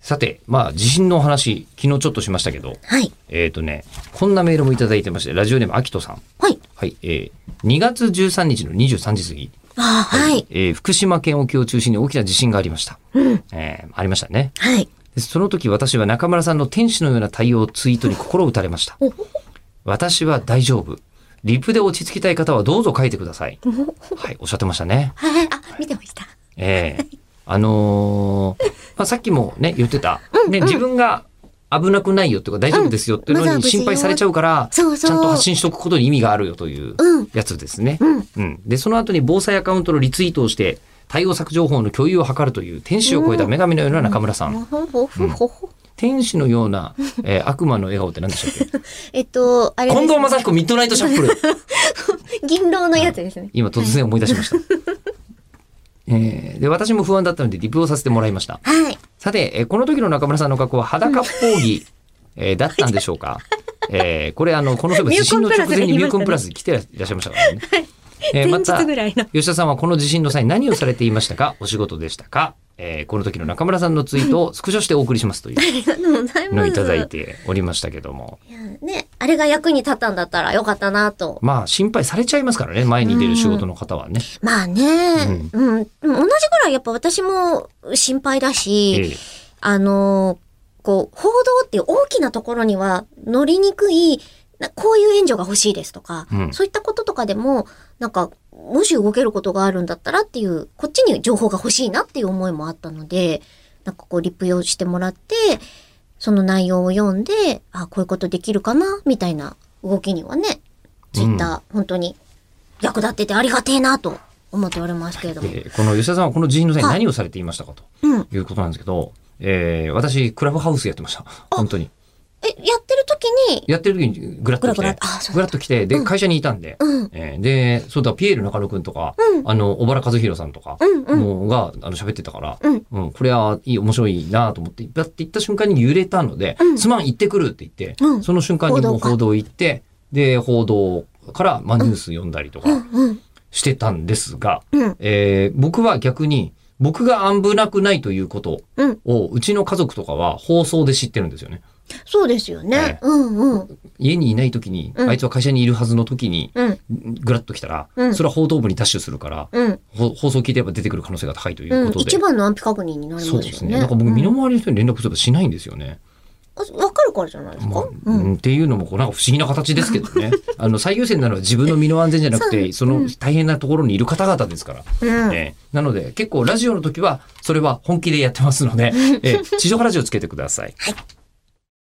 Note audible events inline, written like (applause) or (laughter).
さて、まあ、地震のお話、昨日ちょっとしましたけど、はい。えっ、とね、こんなメールもいただいてまして、ラジオネーム、あきとさん。はい。はい、えー、2月13日の23時過ぎ、あーはい。えー福島県沖を中心に大きな地震がありました。えーありましたね。はい。でその時私は中村さんの天使のような対応をツイートに心を打たれましたお。私は大丈夫。リプで落ち着きたい方はどうぞ書いてください。はい、おっしゃってましたね。はい。あ、見てました。ええあのーまあ、さっきもね、言ってた。ね、自分が危なくないよとか大丈夫ですよっていうまのだに無事心配よされちゃうから、ちゃそうんそうと発信しとくことに意味があるよといううんやつですね。うん。うん。で、その後に防災アカウントのリツイートをして、対応策情報の共有を図るという天使を超えた女神のような中村さん。ほほほほほ。天使のよう (laughs) な、えー悪魔の笑顔って何でしたっけえっと、あれです近藤正彦ミッドナイトシャッフル銀狼のやつですね。今突然思い出しました。 (laughs) えーで、私も不安だったのでリプをさせてもらいました。はい。さて、えーこの時の中村さんの格好は裸っぽ (laughs) ぎ、えーだったんでしょうか。えーこれあの、この人が地震の直前にミミュューーココンプンプララスに来てらっしゃいました (laughs) からね。えーま前た日、ぐらいの。吉田さんはこの地震の際何をされていましたかお仕事でしたかえーこの時の中村さんのツイートをスクショしてお送りしますというありがとうございます。 (laughs) のをいただいておりましたけども。いや (laughs) ね、あれが役に立ったんだったらよかったなと。まあ心配されちゃいますからね、前に出る仕事の方はね。まあね、うん、同じぐらいやっぱ私も心配だし、ええあのーこう、報道っていう大きなところには乗りにくい、なこういう援助が欲しいですとか、うんそういったこととかでも、なんか、もし動けることがあるんだったらっていう、こっちに情報が欲しいなっていう思いもあったので、なんかこう、リプ用してもらって、その内容を読んで、あ、こういうことできるかな、みたいな動きにはね、ツイッター、本当に役立っててありがてえなと思っておりますけれども。えーこの吉田さんはこの地震の際にはい何をされていましたかとうん。いうことなんですけど、えー私、クラブハウスやってました。本当に。え、やってる時に、やってる時にグラッと来て、グラグラあそうだグラッと来て、で、会社にいたんで、うん。えーで、そうだ、ピエール中野くんとか、うんあの、小原和弘さんとか、うんうんもうが、あの、喋ってたから、うんこれはいい、面白いなと思って、バッて行った瞬間に揺れたので、うんすまん、行ってくるって言って、うんその瞬間にもう報道か報道行って、で、報道から、まあ、ニュース読んだりとうかんうん。してたんですが、うん。えー僕は逆に、僕が危なくないということうん。を、うちの家族とかは放送で知ってるんですよね。そうですよええね。うんうん。家にいない時に、うんあいつは会社にいるはずの時に、うん。ぐらっと来たら、うんそれは報道部にダッシュするから、うん。ほ放送聞いてれば出てくる可能性が高いといううんこ。とで。一番の安否確認になりそうまですすよね。ね。なんか僕、身のうん回りの人に連絡すればしないんですよね。あわかるからじゃないですまかあううんん。っていうのも、こうなんか不思議な形ですけど (laughs) ね。あの、最優先なのは自分の身の安全じゃなくて、その大変なところにいる方々ですから。うん。えーなの (laughs) で結構ラジオの時はそれは本気でやってますので、えー地上波ラジオつけてください。